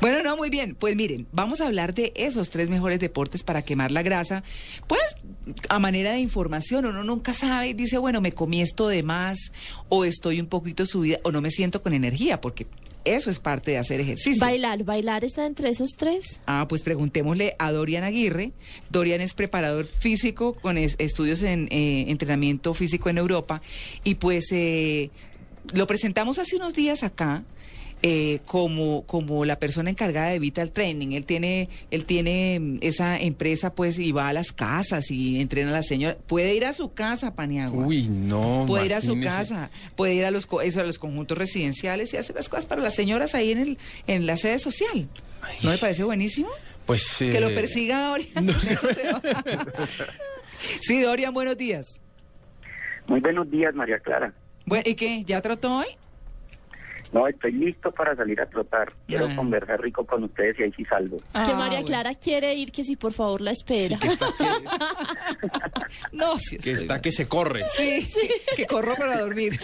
Bueno, no, muy bien. Pues miren, vamos a hablar de esos tres mejores deportes para quemar la grasa. Pues a manera de información, uno nunca sabe, dice, bueno, me comí esto de más, o estoy un poquito subida, o no me siento con energía, porque eso es parte de hacer ejercicio. Bailar, bailar está entre esos tres. Ah, pues preguntémosle a Dorian Aguirre. Dorian es preparador físico con es- estudios en eh, entrenamiento físico en Europa y pues eh, lo presentamos hace unos días acá. eh, como, como la persona encargada de Vital Training. Él tiene, él tiene mm, esa empresa pues y va a las casas y entrena a la señora. Puede ir a su casa, Paniagua. Uy, eh. no. Puede ir a su imagínese. casa, puede ir a los, co- eso, a los conjuntos residenciales y hacer las cosas para las señoras ahí en, el, en la sede social. ¿No me parece buenísimo? Pues. Que lo eh, persiga Dorian. Eso se va. sí, Dorian, buenos días. Muy buenos días, María Clara. Bueno, ¿Y qué? ¿Ya trató hoy? No, estoy listo para salir a trotar. Quiero Ah. conversar rico con ustedes y ahí sí salgo. que Ah, María bueno. Clara quiere ir, que si por favor la espera. sí, que está, que, No, sí. que estoy está bien. que se corre. Sí, que- que corro para dormir.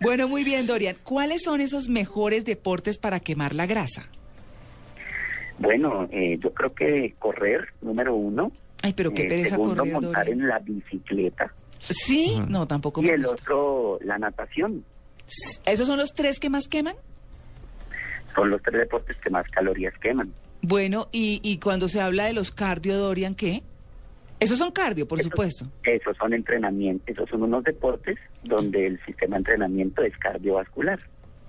bueno, muy bien, Dorian. ¿Cuáles son esos mejores deportes para quemar la grasa? Bueno, eh, yo creo que correr, número uno. Ay, pero qué Eh, pereza segundo, correr, montar Dorian. en la bicicleta. Sí, no, tampoco y me el gusta. otro, la natación. ¿Esos son los tres que más queman? Son los tres deportes que más calorías queman. Bueno, y, y cuando se habla de los cardio, Dorian, ¿qué? Esos son cardio, por Esos- supuesto. Esos son entrenamientos, esos son unos deportes donde el sistema de entrenamiento es cardiovascular.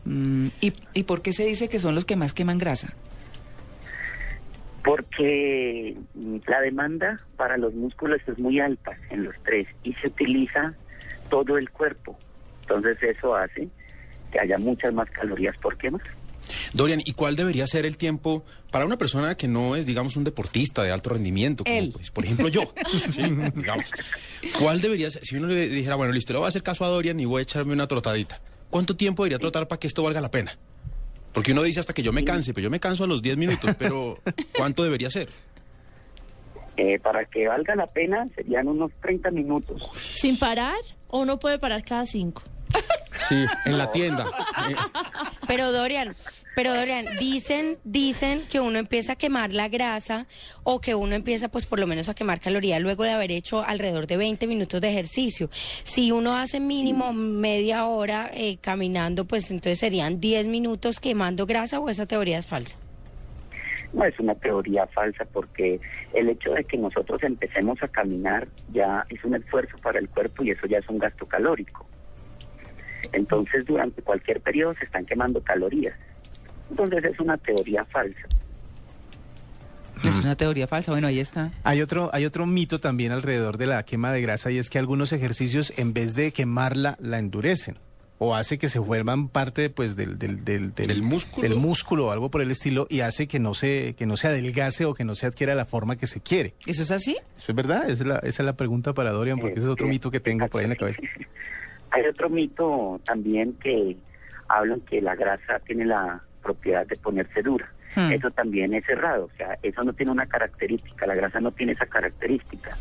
Mm, ¿y, ¿Y por qué se dice que son los que más queman grasa? porque mm, la demanda para los músculos es muy alta en los tres y se utiliza todo el cuerpo. Entonces eso hace que haya muchas más calorías por quemar. Dorian, ¿y cuál debería ser el tiempo para una persona que no es, digamos, un deportista de alto rendimiento? como, Él. pues, por ejemplo, yo. sí, digamos. ¿Cuál debería ser? Si uno le dijera, bueno, listo, le voy a hacer caso a Dorian y voy a echarme una trotadita. ¿Cuánto tiempo debería trotar para que esto valga la pena? Porque uno dice hasta que yo me canse, pero yo me canso a los 10 minutos, pero ¿cuánto debería ser? Eh, para que valga la pena serían unos 30 minutos. Sin parar, o uno puede parar cada cinco. Sí, en la tienda. Eh, Pero Dorian, pero Dorian, dicen, dicen que uno empieza a quemar la grasa o que uno empieza pues por lo menos a quemar calorías luego de haber hecho alrededor de 20 minutos de ejercicio. Si uno hace mínimo media hora eh, caminando, pues entonces serían 10 minutos quemando grasa o esa teoría es falsa. No es una teoría falsa porque el hecho de que nosotros empecemos a caminar ya es un esfuerzo para el cuerpo y eso ya es un gasto calórico. Entonces durante cualquier periodo se están quemando calorías. Entonces es una teoría falsa. Es una teoría falsa. Bueno, ahí está. Hay otro, hay otro mito también alrededor de la quema de grasa y es que algunos ejercicios en vez de quemarla la endurecen o hace que se vuelvan parte pues del, del, del, Del músculo. del músculo o algo por el estilo y hace que no se que no se adelgace o que no se adquiera la forma que se quiere. ¿Eso es así? ¿Eso es verdad? Esa es la, esa es la pregunta para Dorian porque ese es otro mito que tengo por ahí en la cabeza. Este, Hay otro mito también que hablan que la grasa tiene la propiedad de ponerse dura. Hmm. Eso también es errado, o sea, eso no tiene una característica, la grasa no tiene esa característica.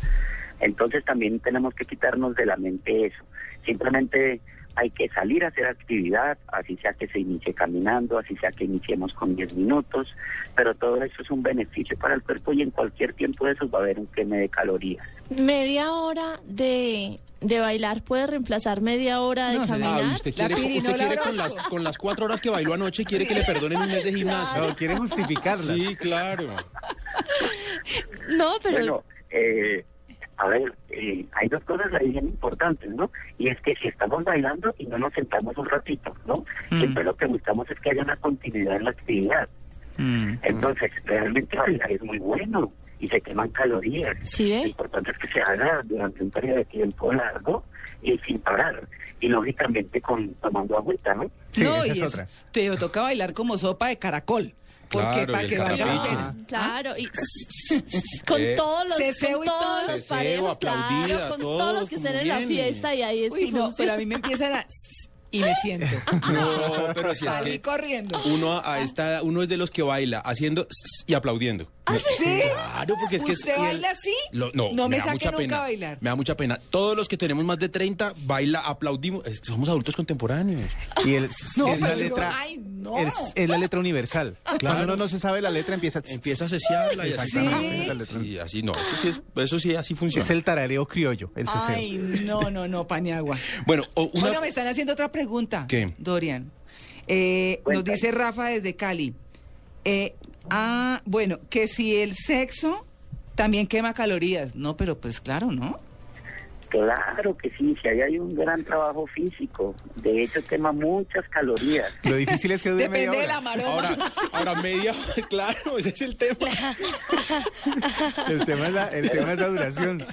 Entonces también tenemos que quitarnos de la mente eso. Simplemente hay que salir a hacer actividad, así sea que se inicie caminando, así sea que iniciemos con 10 minutos, pero todo eso es un beneficio para el cuerpo y en cualquier tiempo de esos va a haber un queme de calorías. Media hora de, de bailar puede reemplazar media hora de No, no, caminar. Ah, usted La quiere, usted pirinola quiere con, las, Orozco. con las cuatro horas que bailó anoche, quiere que le perdonen un mes de Ah, gimnasio. Claro, quiere justificarlas. Sí, claro. No, pero Bueno, eh, a ver, eh, hay dos cosas ahí bien importantes, ¿no? Y es que si estamos bailando y no nos sentamos un ratito, ¿no? Mm. Entonces lo que buscamos es que haya una continuidad en la actividad. Mm. Mm. Entonces, realmente bailar es muy bueno y se queman calorías. Sí, ¿ve? Lo importante es que se haga durante un periodo de tiempo largo y sin parar. Y lógicamente con tomando agüita, ¿no? Sí, no, esa y es eso- otra. Pero toca bailar como sopa de caracol. Porque Claro, para y el que valga la carapacho. pena. claro, y con Ah. Eh, todos los, ceseo con y todos todo. los Ceseo, parejas, claro, aplaudida, con todo todos los que estén como en la viene. fiesta y ahí es Uy, que no, funciona. pero a mí me empiezan a... y me siento. No, pero si es Salí que corriendo. uno a, a esta edad, uno es de los que baila haciendo y aplaudiendo. ¿Ah, ¿Sí? Claro, porque es que es- ¿Usted baila así? Lo- no, No me da saque mucha nunca pena. a bailar. Me da mucha pena. Todos los que tenemos más de 30 baila, aplaudimos. Es que somos adultos contemporáneos. Y el, es la pero yo- letra. ay, no. Es, es la letra universal. Cuando uno no se sabe la letra, empieza. Empieza a sesiarla y así. Exactamente, la letra. Sí, así no. Eso sí, es- eso sí así funciona. Es el tarareo criollo, el ceseo. Ay, no, no, no, Paniagua. Bueno, o una- Bueno, me están haciendo otra pregunta. ¿Qué? Dorian. Eh, nos Cuéntame. dice Rafa desde Cali. Eh, ah, bueno, que si el sexo también quema calorías. No, pero pues claro, ¿no? Claro que sí, si ahí hay un gran trabajo físico. De hecho, quema muchas calorías. Lo difícil es que dure media Depende de la hora. maroma. ahora, ahora media, claro, ese es el tema. El tema es la, el tema es la duración.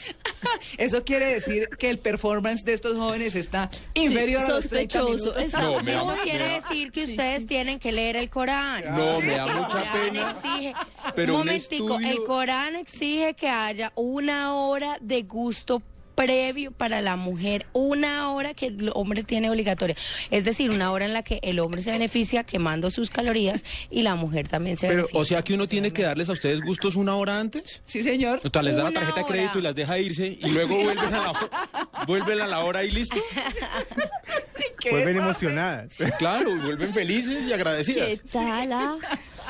Eso quiere decir que el performance de estos jóvenes está inferior a los 30 sospechoso. minutos. Exacto. No, me da- Eso me quiere da- decir que ustedes tienen que leer el Corán. No, me da El mucha Corán pena, exige- pero un un momentico, estudio- el Corán exige que haya una hora de gusto previo para la mujer, una hora que el hombre tiene obligatoria. Es decir, una hora en la que el hombre se beneficia quemando sus calorías y la mujer también se Pero, beneficia. o sea que uno tiene que darles a ustedes gustos una hora antes. Sí, señor. O sea, les da la Una tarjeta de hora. crédito y las deja irse y luego vuelven a la hora, vuelven a la hora y listo. Qué desorden. Vuelven emocionadas. Claro, y vuelven felices y ¿Qué agradecidas. tal? ah?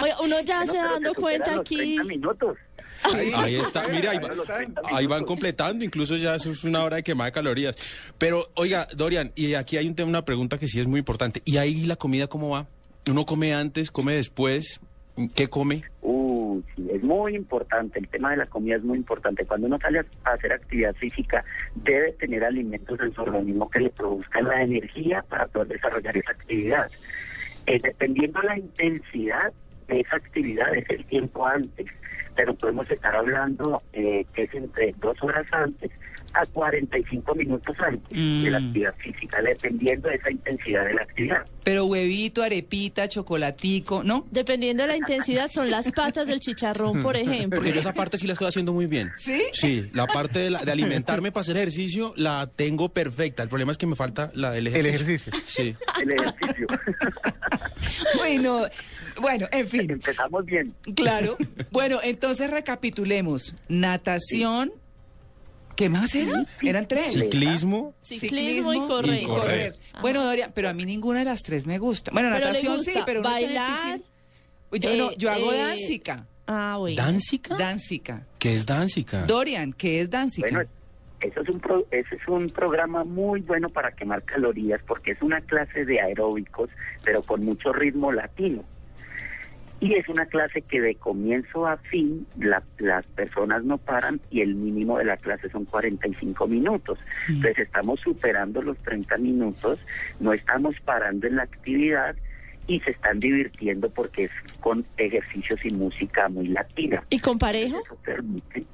Oye, uno ya Bueno, se pero dando que superan cuenta los aquí. 30 minutos. Ahí está, mira, ahí, va- Los 30 ahí van minutos. completando, incluso ya eso es una hora de quemada de calorías. Pero, oiga, Dorian, y aquí hay un tema, una pregunta que sí es muy importante. ¿Y ahí la comida cómo va? ¿Uno come antes, come después? ¿Qué come? Uh, sí, es muy importante, el tema de la comida es muy importante. Cuando uno sale a hacer actividad física, debe tener alimentos en su organismo que le produzcan la energía para poder desarrollar esa actividad. Eh, dependiendo la intensidad de esa actividad, es el tiempo antes, pero podemos estar hablando eh, que es entre dos horas antes a 45 minutos antes de la Mm. actividad física, dependiendo de esa intensidad de la actividad. Pero huevito, arepita, chocolatico, ¿no? Dependiendo de la intensidad, son las patas del chicharrón, por ejemplo. Porque yo esa parte sí la estoy haciendo muy bien. ¿Sí? Sí, la parte de, la- de alimentarme para hacer ejercicio la tengo perfecta. El problema es que me falta la del El ejercicio. ejercicio. Sí. El ejercicio. Bueno, bueno, en fin. Empezamos bien. Claro. Bueno, entonces recapitulemos. Natación. ¿Qué más era? Eran tres. Ciclismo. Ciclismo y correr. y correr. Ah. Ajá. Bueno, Doria, pero a mí ninguna de las tres me gusta. Bueno, Pero le natación gusta sí, pero uno está en el bailar, piscina. Yo, no, eh, yo hago eh, danzica. Ah, bueno. ¿Dánsica? Danzica. ¿Qué es dánsica? Dorian, ¿qué es danzica? Ah. Bueno, eso es un pro- ese es un programa muy bueno para quemar calorías porque es una clase de aeróbicos, pero con mucho ritmo latino. Y es una clase que de comienzo a fin la- las personas no paran y el mínimo de la clase son 45 minutos. Entonces estamos superando los 30 minutos, no estamos parando en la actividad y se están divirtiendo porque es con ejercicios y música muy latina. ¿Y con pareja? Eso permite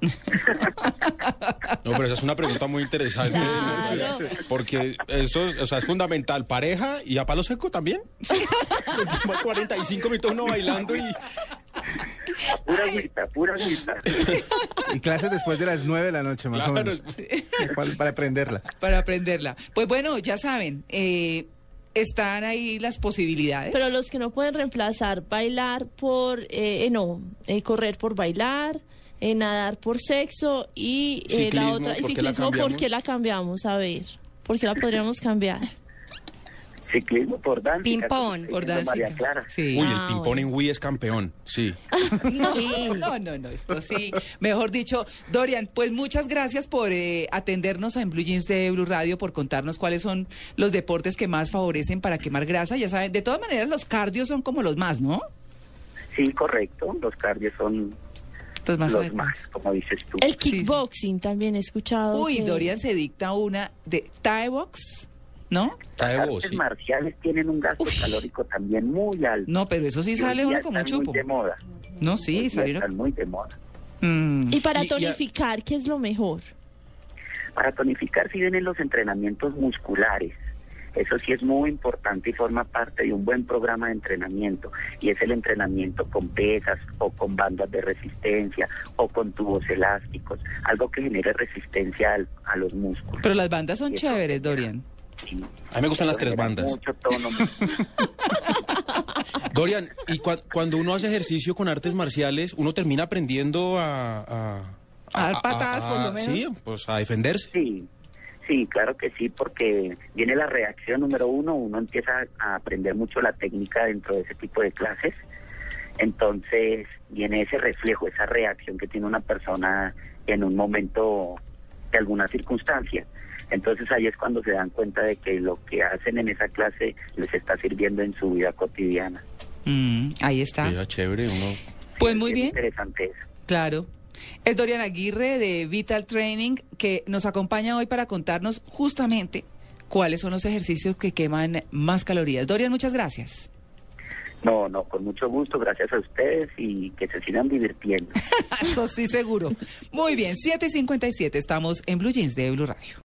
No, pero esa es una pregunta muy interesante. Claro. Porque eso es, o sea, es fundamental. Pareja y a palo seco también. 45 minutos uno bailando y... Pura agüita, pura agüita. Y clases después de las 9 de la noche, más o Claro. menos. Para- Para aprenderla. Para aprenderla. Pues bueno, ya saben, eh, están ahí las posibilidades. Pero los que no pueden reemplazar bailar por, eh, eh, no, eh, correr por bailar, eh, nadar por sexo y eh, la Ciclismo, otra, el ¿por qué la ciclismo, ¿por cambiamos? qué la cambiamos? A ver, ¿por qué la podríamos cambiar? Ciclismo por danza. Ping-pong. por María danzica. Clara. Sí. Uy, Ah, el ping-pong en Wii es campeón. Sí. No, no, no, esto sí. Mejor dicho, Dorian, pues muchas gracias por eh, atendernos en Blue Jeans de Blue Radio, por contarnos cuáles son los deportes que más favorecen para quemar grasa. Ya saben, de todas maneras, los cardios son como los más, ¿no? Sí, correcto. Los cardios son Los más los adecuados. más, como dices tú. El Sí, sí. kickboxing también he escuchado. Uy, que- Dorian se dicta una de Thai Box, ¿no? Está de Las voz, artes sí. marciales tienen un gasto calórico también muy alto. No, pero eso sí Y hoy sale día uno como un están muy chupo. de moda. No, Hoy sí, día salió Mm. Están muy de moda. Y para Y- y a- tonificar, ¿qué es lo mejor? Para tonificar si vienen los entrenamientos musculares. Eso sí es muy importante y forma parte de un buen programa de entrenamiento. Y es el entrenamiento con pesas o con bandas de resistencia o con tubos elásticos. Algo que genere resistencia al- a los músculos. Pero las bandas son Y eso- chéveres, Dorian. sí. A mí me gustan las tres Genera bandas. Mucho tono. Dorian, y cua- cuando uno hace ejercicio con artes marciales, uno termina aprendiendo a... A, A dar patadas, por lo menos. Sí, pues a defenderse. Sí, sí, claro que sí, porque viene la reacción número uno, uno empieza a aprender mucho la técnica dentro de ese tipo de clases, entonces viene ese reflejo, esa reacción que tiene una persona en un momento de alguna circunstancia. Entonces ahí es cuando se dan cuenta de que lo que hacen en esa clase les está sirviendo en su vida cotidiana. Mm, ahí está. Mira, chévere, uno... Pues Sí, muy es bien. Interesante eso. Claro. Es Dorian Aguirre de Vital Training que nos acompaña hoy para contarnos justamente cuáles son los ejercicios que queman más calorías. Dorian, muchas gracias. No, no, con mucho gusto, gracias a ustedes y que se sigan divirtiendo. Eso sí, seguro. Muy bien, 7.57, estamos en Blue Jeans de Blue Radio.